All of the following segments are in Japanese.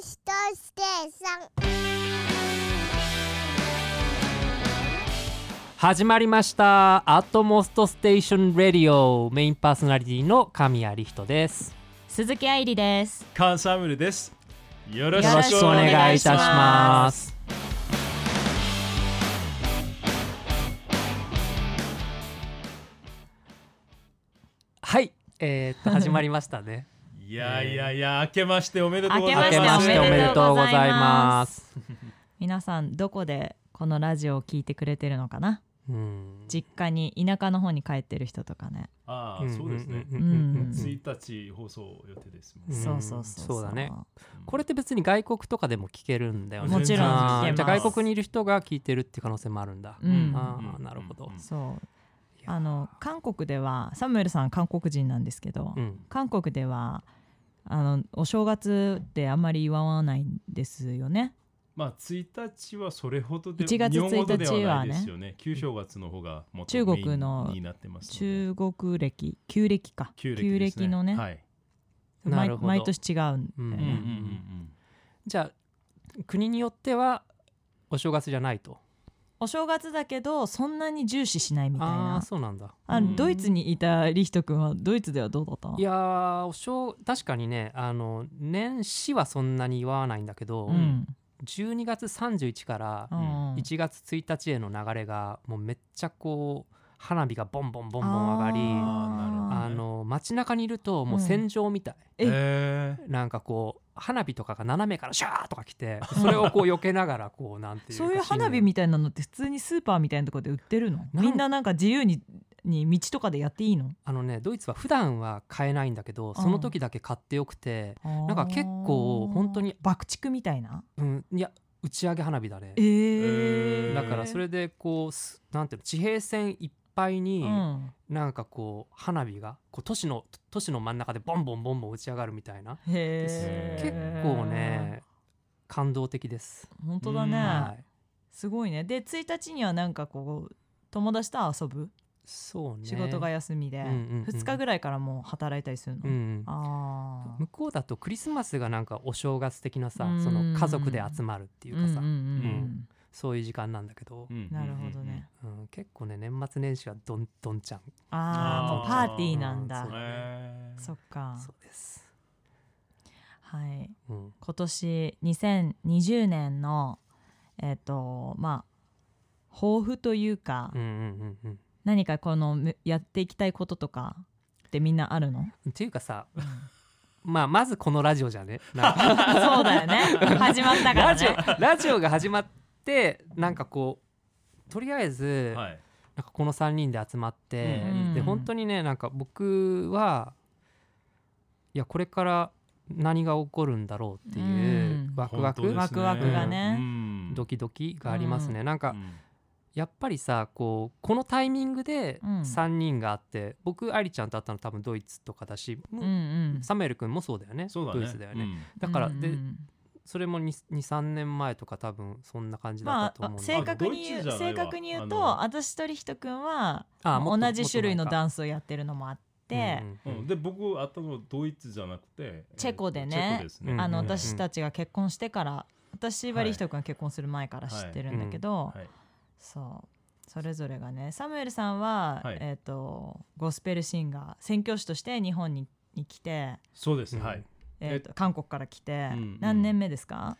ステーション始まりましたアットモストステーションレディオメインパーソナリティの神谷理人です鈴木愛理ですカンサムルです。よろよろししくくおお願願いいししまますす。すはいえ ー、っと始まりましたねいやいやいや、明けましておめでとうござい明ます。けましておめでとうございますす皆さんどこでこのラジオを聞いてくれてるのかなうん実家に田舎の方に帰ってる人とかねああ、そうですね。うんうん1日放送予定ですもうん。んそうそうそうそうだねこれって別に外国とかでも聞けるんだよねもちろん聞けますあーじゃあ外国にいる人が聞いてるって可能性もあるんだ、うんああなるほど、そうあの韓国ではサムエルさん韓国人なんですけど、うん韓国ではあのお正月ってあんまり祝わないんですよねまあ、1日はそれほどで1月日本ほどで1日ははねないですよね。旧正月の方がもっと中国のメインになってますので。中国歴旧暦か旧暦です旧のね、はい。な毎るほど毎年違うんだようんうんうね、んじゃあ国によってはお正月じゃないとお正月だけどそんなに重視しないみたいああなーそうなんだあうんドイツにいたリヒト君はドイツではどうだったのいやーお正確かにねあの年始はそんなに祝わないんだけど、うん12月31からうん1月1日への流れがもうめっちゃこう花火がボンボンボンボン上がりーああーの街中にいるともう戦場みたい、ええなんかこう花火とかが斜めからシャーとか来てそれをこう避けながらこうなんていうか そういう花火みたいなのって普通にスーパーみたいなところで売ってるのなんみんななんか自由にに道とかでやっていいのあのねドイツは普段は買えないんだけどその時だけ買ってよくて、なんか結構本当に爆竹みたいなうん、いや打ち上げ花火だねえー、えーだからそれでこうすなんていうの地平線いっぱいに、うんなんかこう花火がこう都市の都市の真ん中でボンボンボンボン打ち上がるみたいな、へ結ー構ね感動的です、本当だね、うんはいすごいねで1日にはなんかこう友達と遊ぶそうね仕事がや休みで、うんうんうん2日ぐらいからもう働いたりするの、うんあ向こうだとクリスマスがなんかお正月的なさうんその家族で集まるってあいうかさ、うんうんうんそういう時間なんだけど、ー。なるほどね、うん、結構ね年末年始はどんどんちゃんあああーもうパーティーなんだ、うんそうえーそっかそうです、はいうん今年2020年のえっ、とまあ抱負というか、うんうんうんうん何かこのむやっていきたいこととかってみんな あるのっていうかさ、まあまずこのラジオじゃ ね。なんかそうだよね始まったからラジねオラジオが始まってなんかこうとりあえず、はい。なんかこの3人で集まって、うんで本当にねなんか僕はいやこれから何が起こるんだろうっていう、うんワクワク、ねワクワクがねうんドキドキがありますね。なんか、うんやっぱりさこうこのタイミングでうん3人があって、僕愛理ちゃんと会ったの多分ドイツとかだし、うんうんサムエル君もそうだよねそうだね。ドイツだよね、うんだから、うんうんでそれも23年前とか多分そんな感じだっまたとあ思うんだ、正確に言あドイツうじゃないわ正確に言うあとの私とリヒト君はあもっと同じ種類のもっと前かダンスをやってるのもあって、うんうんうんで僕あったのはドイツじゃなくてチェコでねチェコですうねんあのうん私たちが結婚してから私はリヒト君が結婚する前から知ってるんだけど、はいそうそれぞれがねサムエルさんは、はいえー、とゴスペルシンガー宣教師として日本にに来て、そうですうんはいえーと韓国から来て、うんうん何年目ですか、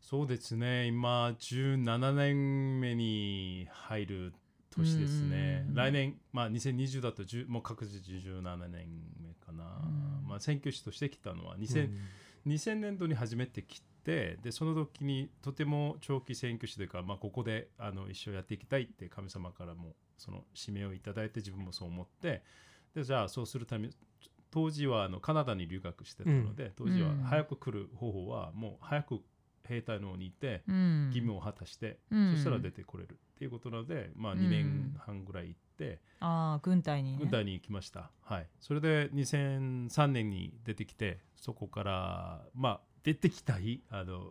そうですね今17年目に入る年ですねうん来年まあ2020だと10もう各自17年目かなうんまあ選挙師として来たのは2000うん2000年度に初めて来てでその時にとても長期選挙師というか、まあ、ここであの一生やっていきたいって神様からもその指名をいただいて自分もそう思ってでじゃあそうするために当時はあのカナダに留学してたので、当時はうん早く来る方法はもう早く兵隊の方にいてうん義務を果たして、うんそしたら出てこれるっていうことなので、まあ、うん2年半ぐらい行って。ああ軍隊に、ね、軍隊に行きました、はい、それで2003年に出てきてそこからまあ出てきた日あの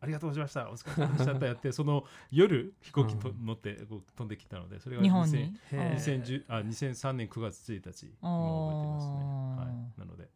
ありがとうございましたお疲れ様でしたって やってその夜飛行機とうん乗ってこう飛んできたのでそれが日本2000にへー2010あ2003年9月1日今覚えてますね、おーはい、なので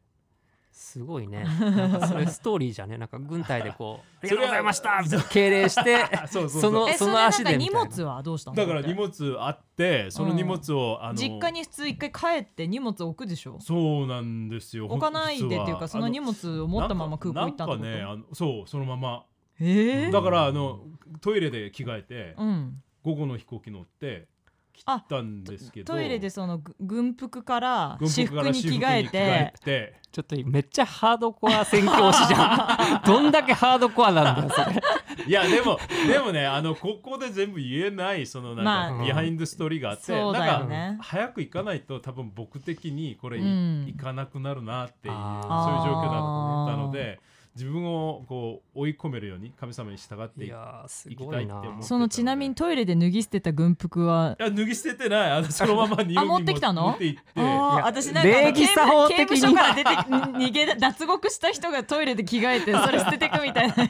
すごい ねなんかそれストーリーじゃねなんか軍隊でこう「ありがとうございました!」みたいな敬礼してあ そうそうそのそうえそれのなん足かでみ荷たいな物はどうしたのだから荷物あってその荷物を、あの実家に普通一回帰って荷物置くでしょそうなんですよ置かないでっていうかその荷物物を持ったまま空港行ったってことなんかねあのそうそのままえーだからあのトイレで着替えて、うん、午後の飛行機乗って来あたんですけどトイレでそのぐ軍服から軍私服か服らに着替えて私服に着替えてちょっとめっちゃハードコア宣教師じゃんどんだけハードコアなんだよそれいやでも でもねあのここで全部言えないそのなんまかあビハインドストーリーがあって、そうだなよんかね早く行かないと多分僕的にこれい、うん行かなくなるなっていうそういう状あー況だったので自分をこう追い込めるように神様に従っていいいややーすごいな行きたいって思うそのちなみにトイレで脱ぎ捨てた軍服は脱ぎ捨ててないあのそのままにあ持ってきたの持って行ってあーいや私なんかあの礼儀刑作法務刑的務に所から出て逃 げ脱獄した人がトイレで着替えてそれ捨ててくみたいなし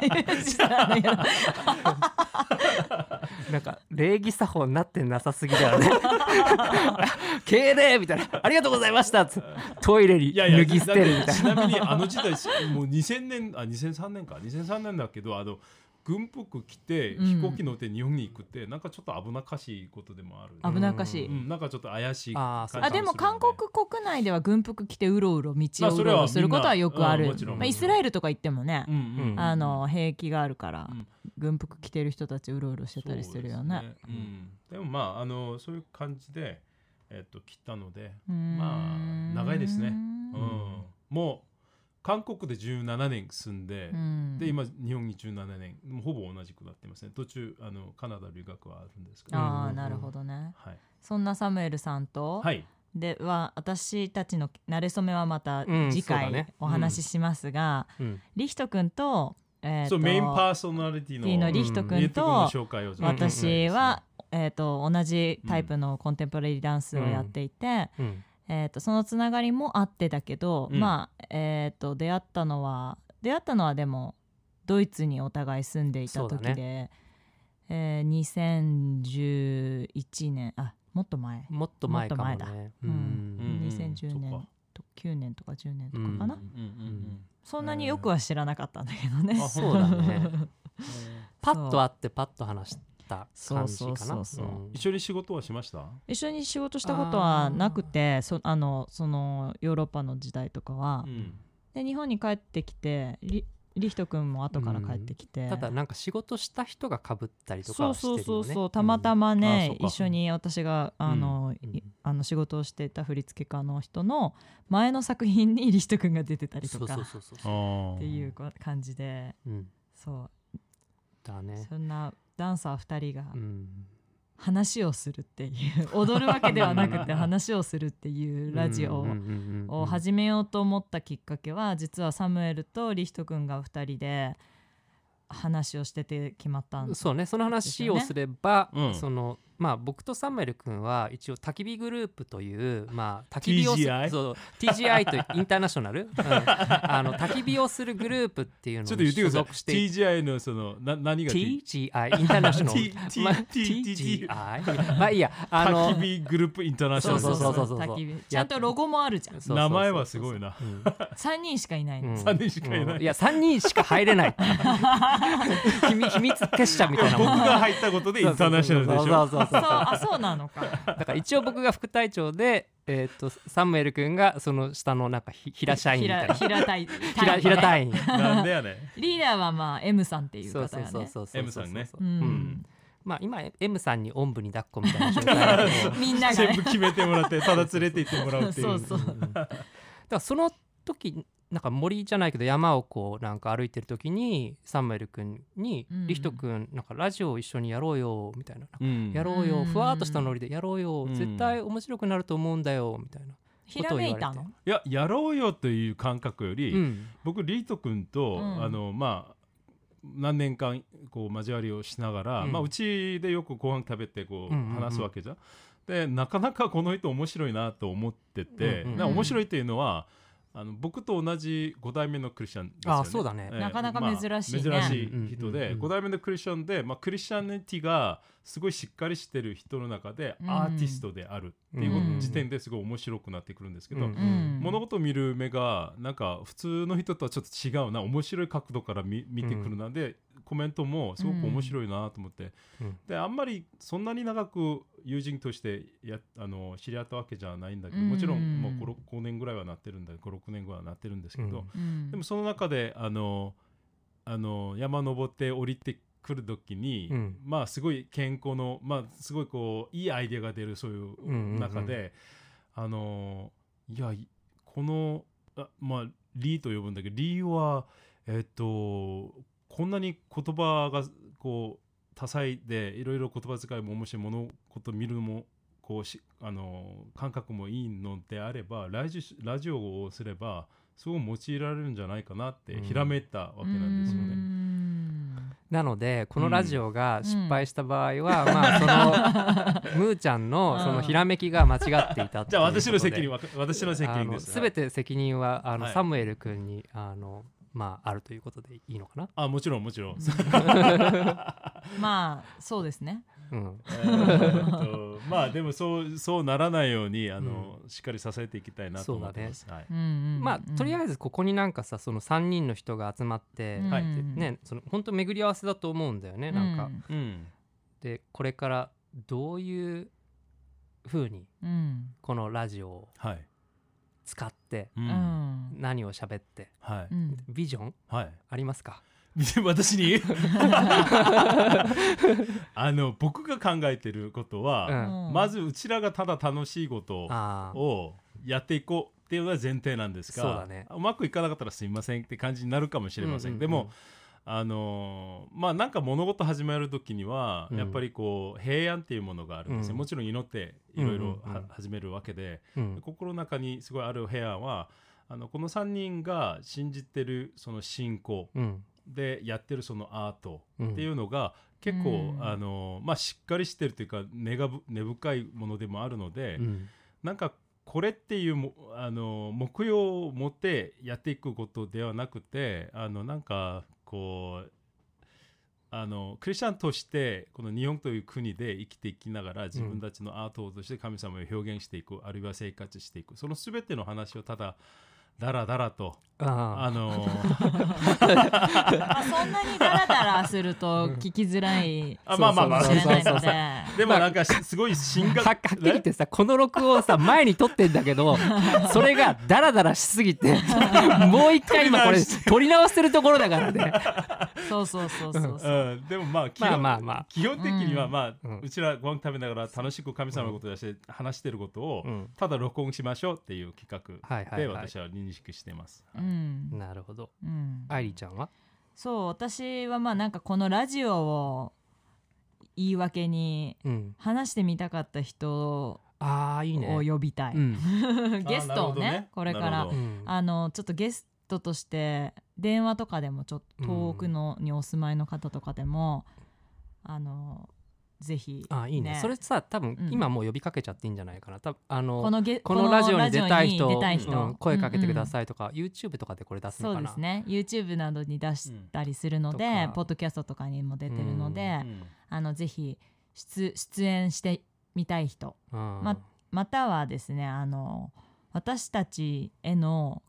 てたんだけ どなんか礼儀作法になってなさすぎだよね敬礼みたいな「ありがとうございました」つトイレにいやいや脱ぎ捨てるみたいなな。ちなみにあの時代もう2000年あ2003年か2003年だけどあの軍服着てうん飛行機乗って日本に行くって、なんかちょっと危なっかしいことでもある、あ危なっかしういうん、なんかちょっと怪しいあー感じそうがあするでよねも韓国国内では軍服着てうろうろ道まあをそうれろうはろすることはみんなよくあうんるもちろんまあイスラエルとか行ってもねうんうんうんあの兵役があるからうん軍服着てる人たちうろうろしてたりするよね。そうですうん、でもまああのそういう感じで、えっと切ったので、うーんまあ長いですねうんうんもう韓国で17年住んで、うんで今日本に17年もうほぼ同じくなってますね途中あのカナダ留学はあるんですけど、うんああなるほどね。はいそんなサムエルさんとはいでは私たちの馴れ初めはまたうん次そうだ回ねお話ししますが、うんリヒト君とえーそとうメインパーソナリティのティのリヒトリ君ヒとト君の紹介を私はえーと同じタイプのコンテンポラリーダンスをやっていて。うんえー、とそのつながりもあってだけど、うんまあえー、と出会ったのは出会ったのはでもドイツにお互い住んでいたそう時だで、えー、2011年あもっと前、もっと前かももっと前ね。うんん2010そっ年かと9年とか10年とかかな、ううんうんうんそんなによくは知らなかったんだけどね、あそうだね。パッとそう会ってパッと話した感じそうかそな。うそうそううん一緒に仕事はしました 一緒に仕事したことはなくてそあのそのヨーロッパの時代とかは、うんで日本に帰ってきてリリヒト君も後から帰ってきて、ただなんか仕事した人がかぶったりとかそうはしてるそようね。そうそうたまたまあそねう、か一緒に私があの、うんいあの仕事をしていた振付家の人の前の作品にリヒト君が出てうたんりとかそうっそうそうあそう。ーていうこ感じでうんそだうね。そんなダンサー2人がうん話をするっていう踊るわけではな くてうん話をするっていうラジオを始めようと思ったきっかけは実はサムエルとリヒト君が2人で話をしてて決まったんですそうねその話をすれば、ですよねうんそのまあ、僕とサムエル君は一応焚き火グループという、まあ、焚き火を TGI？そう TGI というインターナショナル、うんあの焚き火をするグループっていうのにちょっと言ってください所属していて TGI のそのな何が T TGI インターナショナ T- ル T- まあ T- TGI まあいいやあの焚き火グループインターナショそナうルそうそうそう焚き火ちゃんとロゴもあるじゃんそうそうそうそう名前はすごいなうん3人しかいないうの、ん三人しかいないうんいや3人しか入れない 秘密秘密結社みたいな僕もんが入ったことでインターナショナルでしそょうそうそうそうそうあそうなのかだから一応僕が副隊長で、えー、とサムエル君がその下のなんかひ平社員みたいな平平隊平平隊員なんでやねリーダーはまあ M さんっていうそう方そうがそうねそうそう M さんねううんんまあ今 M さんにおんぶに抱っこみたいな状態だ けどみんなが全部ね決めてもらってただ連れて行ってもらうっていそううそううんだからその時なんか森じゃないけど山をこうなんか歩いてる時にサムエル君にうんう「んリヒト君なんかラジオを一緒にやろうよ」みたいな「うんやろううんうよんふわーっとしたノリでやろうようん絶対面白くなると思うんだよ」みたいな。ひらめいたことを言わのれいややろうよという感覚より、うん僕リート君と、うんあのまあ何年間こう交わりをしながら、うんまあうちでよくご飯食べてこううんうんうん話すわけじゃん。でなかなかこの人面白いなと思ってて、うんうんな面白いというのはあの僕と同じ5代目のクリスチャンですよ、ね、あそうだねええなかなか珍しいねまあ珍しい人うんうんうんうでん5代目のクリスチャンで、まあ、クリスチャニティがすごいしっかりしてる人の中でうんアーティストであるっていうことうん時点ですごい面白くなってくるんですけど、うんうん物事を見る目がなんか普通の人とはちょっと違うな面白い角度から見見てくるなで、コメントもすごく面白いなと思って、うんであんまりそんなに長く友人としてやあの知り合ったわけじゃないんだけど、うんもちろんもう 5, 5年ぐらいはなってるんだ56年ぐらいはなってるんですけど、うんでもその中であのあの山登って降りてくる時に、うんまあすごい健康のまあすごいこういいアイデアが出るそういうんうんううん中で、あのいやいこのあまあリーと呼ぶんだけどリーはえっとこんなに言葉がこう多彩でいろいろ言葉遣いも面白い物事見るのもこうしあの感覚もいいのであればラジラジオをすればすごい用いられるんじゃないかなってうんひらめいたわけなんですよね。なのでこのラジオが失敗した場合は、まあその むーちゃんのそのひらめきが間違っていたってじいうゃあ私の責ことで任は私の責あ任のです。全て責任はあの、はいサムエル君にあのまああるということでいいのかな。あもちろんもちろん。まあそうですね うん。えーっとまあでもそうそうならないようにあの、しっかり支えていきたいなと思ってます。はい。まあとりあずえずここになんかさその三人の人が集まって、んはいねその本当巡り合わせだと思うんだよね、なんか。うん。でこれからどういう風にうんこのラジオをはい。使ってう。うんん何を喋ってはい。うんビジョンはい。ありますか。私にあの僕が考えてることは、うんまずうちらがただ楽しいことああ。をやっていこうっていうのが前提なんですがそうだねまくいかなかったらすいませんって感じになるかもしれません、うううでも、あのーまあなんか物事始める時には、うんやっぱりこう平安っていうものがあるんですよ、うんもちろん祈っていろいろうんうんうんは始めるわけで、うん心の中にすごいある平安はあのこの3人が信じてるその信仰うんでやってるそのアートうんっていうのが結構、うんあのーまあ、しっかりしてるというか根がぶ根深いものでもあるので、うんなんかこれっていうもあの目標を持ってやっていくことではなくてあのなんかこうあのクリスチャンとしてこの日本という国で生きていきながら自分たちのアートとして神様を表現していく、あるいは生活していくその全ての話をただだらだらとああのまあそんなにダラダラすると聞きづらいあまあまあまあかもしれないそうのそうそうで。でもなんかしすごい進あ。学 ははっきり言ってさこの録音をさ前に撮ってんだけ どそれがダラダラしすぎ てもう一回今これ撮り直してるところだから ねそうそうそうそうそう。うん、でもまあ基まあ本まあまあ基本的にはうんまあ、ううんちらご飯食べながら楽しく神様のことをして話してることを、うんただ録音しましょうっていう企はい画はいではい私は認識してます。うはいんなるほどうん、愛理ちゃんはそう私はまあなんかこのラジオを言い訳にうん話してみたかった人ああいいねを呼びたい、 うんゲストをねあなるほどこれかならるほうどんあのちょっとゲストとして電話とかでもちょっと遠くのにお住まいの方とかでも、あのぜひあいいねねそれさ多分うん今もう呼びかけちゃっていいんじゃないかな多分あのこのゲこのラジオに出たい人このラジオに出人うん声かけてくだい、さいとか YouTube とかでこれ出すうんのうんかそうなですね YouTube などに出したりするので、うんとかポッドキャストとかにも出てるので、ううんあのぜひ出出演してみたい人うんままたはですねあの私たちへの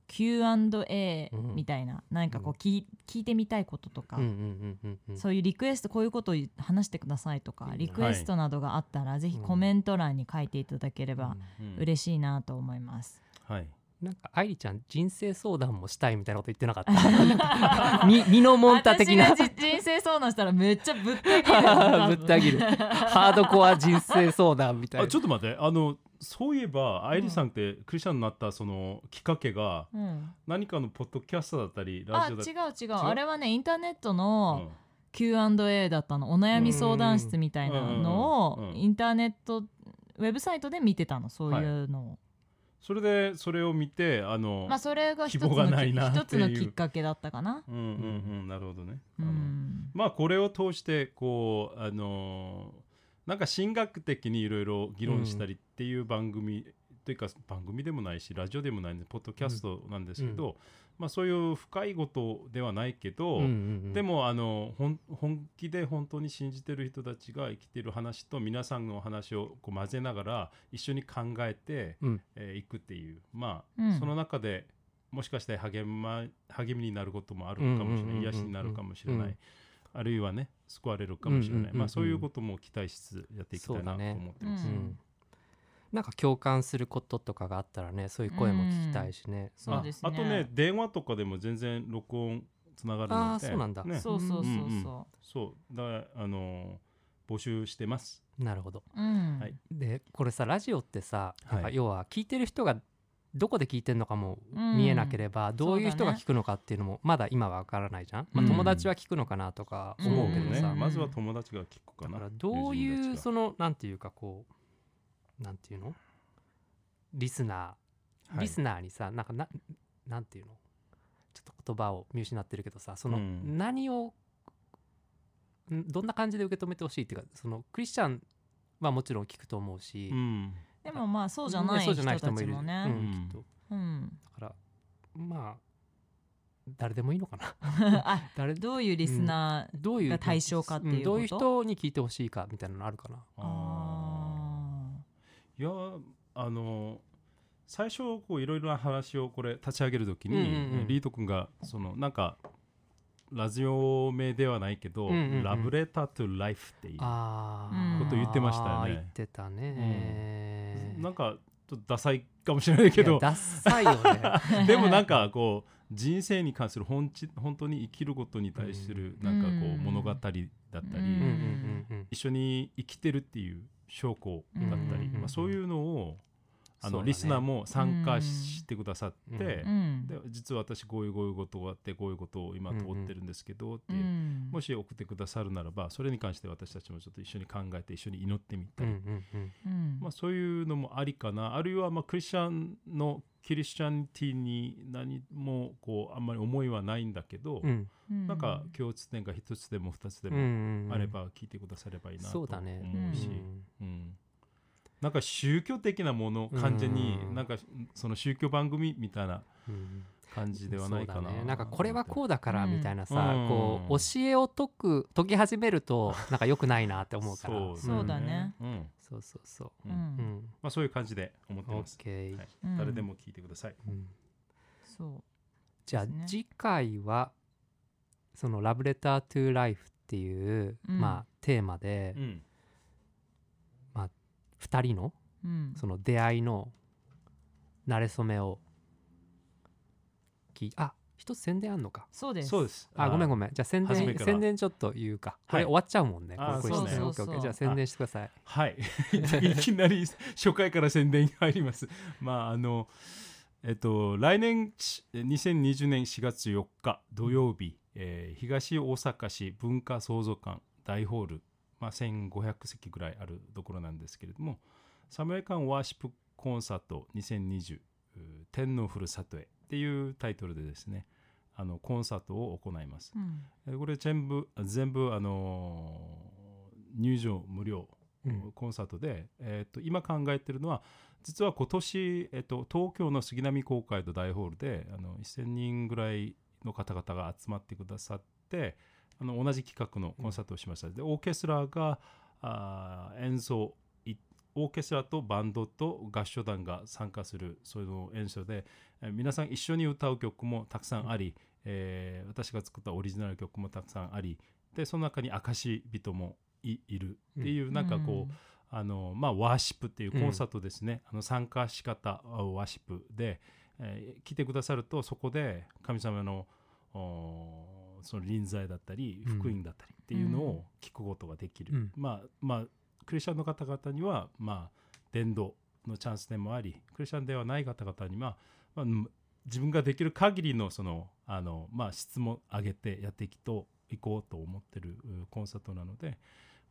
Q&A うんみたいな何、なん、かこううん聞い聞いてみたいこととか、うんうんうんうんうんそういうリクエストこういうことを話してくださいとか、うんリクエストなどがあったら、ぜひコメント欄に書いていただければうん嬉しいなと思います。はい。なんか愛理ちゃん人生相談もしたいみたいなこと言ってなかった み身のもんた的な私がじ人生相談したらめっちゃぶった切るよ多 ぶ分った切るハードコア人生相談みたいなあちょっと待ってあのそういえば愛理さんってクリスチャンになったそのきっかけがうん、何かのポッドキャストだったりラあジ違オうだった違り。うあれはねインターネットの、うん Q&A だったのお悩み相談室みたいなのうんうんをうんうんインターネットウェブサイトで見てたのそういうのを、それでそれを見てあの、まあそれが一つ希望がのきないなっていう一つのきっかけだったかなうんうんうんなるほどね。うあのんまあこれを通してこうあのーなんか神学的にいろいろ議論したりっていう番組というか番組でもないしラジオでもないんでポッドキャストなんですけど、まあ、そういう深いことではないけど、でももあのほん本気で本当に信じてる人たちが生きてる話と皆さんのお話をこう混ぜながら一緒に考えてい、うんえーいくっていうまあ、うんその中でもしかしたら励,、ま、励みになることもあるかもしれうんうんうんうんうんない癒しになるかもしれない、うんあるいはね救われるかもしれない、うんうんうんうんまあ、そういうことも期待しつつやっていきたいなと思ってます。そうだねうんなんか共感することとかがあったらねそういう声も聞きたいしね、うんそうですねああとね電話とかでも全然録音つながるのであーそうなんだね、そうそうそうそう。そうだからあのー募集してます。なるほどうんはいでこれさラジオってさ、はいなんか要は聞いてる人がどこで聞いてるのかもうん見えなければ、どういうそ人うだがね聞くのかっていうのもまだ今はわからないじゃん、まうあ、ん友達は聞くのかなとか思うけどねさ、うんまずは友達が聞くかだな。からどう友い人うたちがそのなんていうかこうなんていうのリスナー、はいリスナーにさなんかななんていうのちょっと言葉を見失ってるけどさそのうん何を、んどんな感じで受け止めてほしいっていうかそのクリスチャンはもちろん聞くと思うし、うんでもまあそうじゃないねそ人うじゃない人たちもいるもうね。ん、きっとうん。だからまあ誰でもいいのかな あ誰どういうリスナーどういうが対象かっていうんことどういう人に聞いてほしいかみたいなのあるかなあーいやあのー最初こういろいろな話をこれ立ち上げるときに、うんうんうんリート君がそのなんかラジオ名ではないけど、うんうんうんラブレタートゥライフっていうあうんーこと言ってましたよねあー言ってたね、なんんかちょっとダサいかもしれないけどダッサいよね でもなんかこう人生に関する本ち本当に生きることに対するうんなんかこううん物語だったり、うんうんうんうん一緒に生きてるっていう証拠だったり、うんまあ、そういうのをそあうのだねリスナーも参加してくださって、ううん。で実は私こういうこういうことがあってこういうことを今通ってるんですけどってういう、ん。もし送ってくださるならばそれに関して私たちもちょっと一緒に考えて一緒に祈ってみたうんうり、んうんうんまあ、そういうのもありかなあるいはまあクリスチャンのキリスチャンティに何もこうあんまり思いはないんだけど、うんうんなんか共通点が一つでも二つでうんもうんあれば聞いてくださればいいなとそう思だねうし、うんうんなんか宗教的なもの完全にうんなんかその宗教番組みたいなうん感じではないかそうな。だね、なんかこれはこうだからみたいなさ、うんこう教えを解く解き始めるとなんか良くないなって思うからそうそうだね。うんそうそうそううんんう、うんまあそういう感じで思ってオますッ。ケーはいうん誰でも聞いてください。うんそじゃあですね次回はその「ラブレター・トゥ・ライフ」っていう、うんまあテーマでうん2人のう。うん。その出会いの馴れ初めをきあ一つ宣伝あんのかそうです。そうです。あごめんごん。めんじゃあ宣初め伝から宣伝ちょっと言うかこはれい終わっちゃうもんね、あこれこれそうそうそうオッケーオッケーじゃあ宣伝してくださいはい。いきなり初回から宣伝に入ります。まああのえっと来年し2020年4月4日土曜日、えー東大阪市文化創造館大ホール、まあ、1500席ぐらいあるところなんですけれどもサムエカンワーシップコンサート2020うー天皇ふるさとへっていうタイトルでですねあのコンサートを行います。うん。えーこれ全部全部、あのー入場無料、うんコンサートで、えー、と今考えてるのは実は今年、えー、と東京の杉並公会と大ホールであの1,000人ぐらいの方々が集まってくださってあの同じ企画のコンサートをしました、でオーケストラがあー演奏いオーケストラとバンドと合唱団が参加するその演奏で、えー皆さん一緒に歌う曲もたくさんあり、えー私が作ったオリジナル曲もたくさんありでその中に「明石人」もいいるっていう、なんかこう、あのまあ、ワーシップっていうコンサートですね、あの参加し方あワーシップで、えー来てくださるとそこで神様のおーその臨在だったりうん福音だったりっていうのを聞くことができる、うんまあまあクリスチャンの方々にはまあ伝道のチャンスでもありクリスチャンではない方々には、まあ、うん自分ができる限りのそのあの、まあ、質問上げてやっていきといこうと思ってるうコンサートなので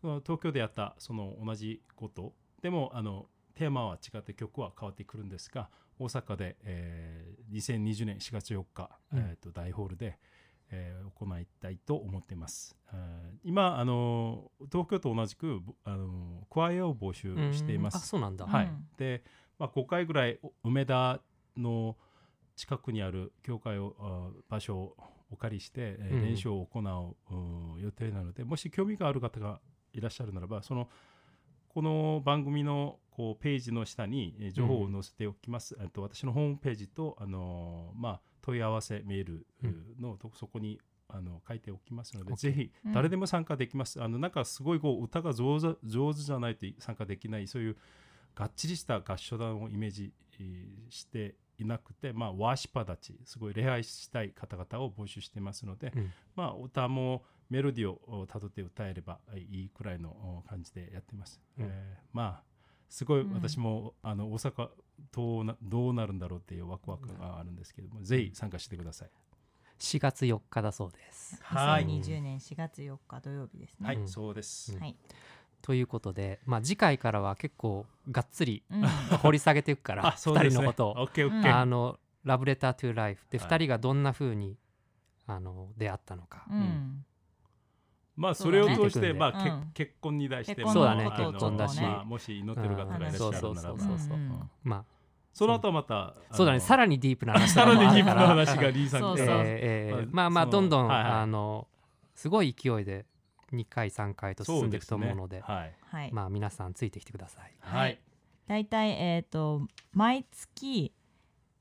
まあ東京でやったその同じことでもあのテーマは違って曲は変わってくるんですが大阪で、えー2020年4月4日、うんえーと大ホールで、えー行いたいと思っています。えー今あの東京と同じくぼあのクワイアを募集していまうんあす。そうなんだ、はいうんでまあ、5回ぐらいお梅田の近くにある教会をあ場所をお借りして、えーうん練習を行ううん予定なのでもし興味がある方がいらっしゃるならばそのこの番組のこうページの下にえー情報を載せておきます、えっと私のホームページと、あのーまあ、問い合わせメールうんのとこ、そこにあの書いておきますので、 OK ぜひうん誰でも参加できます、あのなんかすごいこう歌が上手上手じゃないと参加できないそういうがっちりした合唱団をイメージえーしていなくて、まあ、ワーシパたちすごい礼拝したい方々を募集してますので、うんまあ、歌もメロディーをたどって歌えればいいくらいのお感じでやってます。うんえーまあすごいうん私も、あの大阪どうなどうなるんだろうっていうワクワクがあるんですけども、ぜひ参加してください。 4月4日だそうです。はい2020年4月4日土曜日ですね。はい、うんそうです。はいということで、まあ、次回からは結構がっつりうん掘り下げていくから、そう2です人ねのことを。オッケーオッケうんー。あの「ラブレター・トゥ・ライフ」ではい2人がどんな風にあの出会ったのか、うんまあそそうだれねを通して、まあ、けうん結婚に対して、結婚のそうだねまああの結婚だしまあもし祈ってる方がいらっしゃるならば、うんそうそうそうそうまその後はまた、あそうだねさららにディープな話 さらにもあギるブかのら話がリーさんえーそうそうえーままああまあそのどんどん、はいはいあのすごい勢いで2回3回と進んでいくと思うのでそすねはい。はい。まあ皆さんついてきてください。はい。大体えっ、と毎月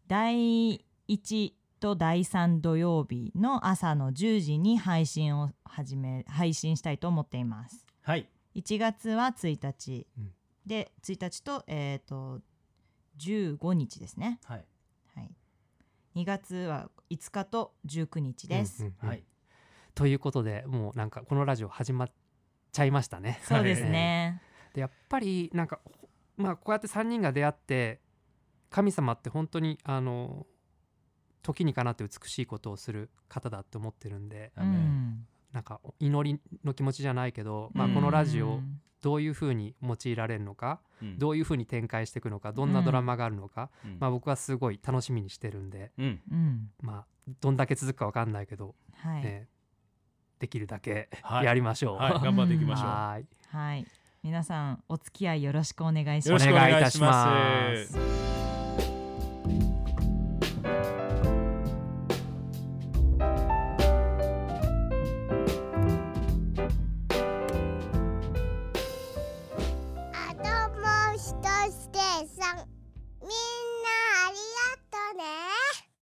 第1と第3土曜日の朝の10時に配信を始め配信したいと思っています。はい。 1月は1日、うんで1日とえっ、と15日ですね。はい。はい。2月は5日と19日です。うんうんうんはい。ということでもうなんかこのラジオ始まっちゃいましたね。そうですね。でやっぱりなんかほまあこうやって3人が出会って神様って本当にあの時にかなって美しいことをする方だって思ってるんでアメンなんか祈りの気持ちじゃないけど、まあ、うんこのラジオをどういうふうに用いられるのか、うんどういうふうに展開していくのかどんなドラマがあるのか、うんまあ、僕はすごい楽しみにしてるんで、うん。うん、まあ、どんだけ続くかわかんないけど、はい、えーできるだけはいやりましょう。はい。頑張っていきましょ う。はいはい、皆さんお付き合いよろし くお願いしまよろすし。くお願いしおま願いすし。あともうひとつでさんみん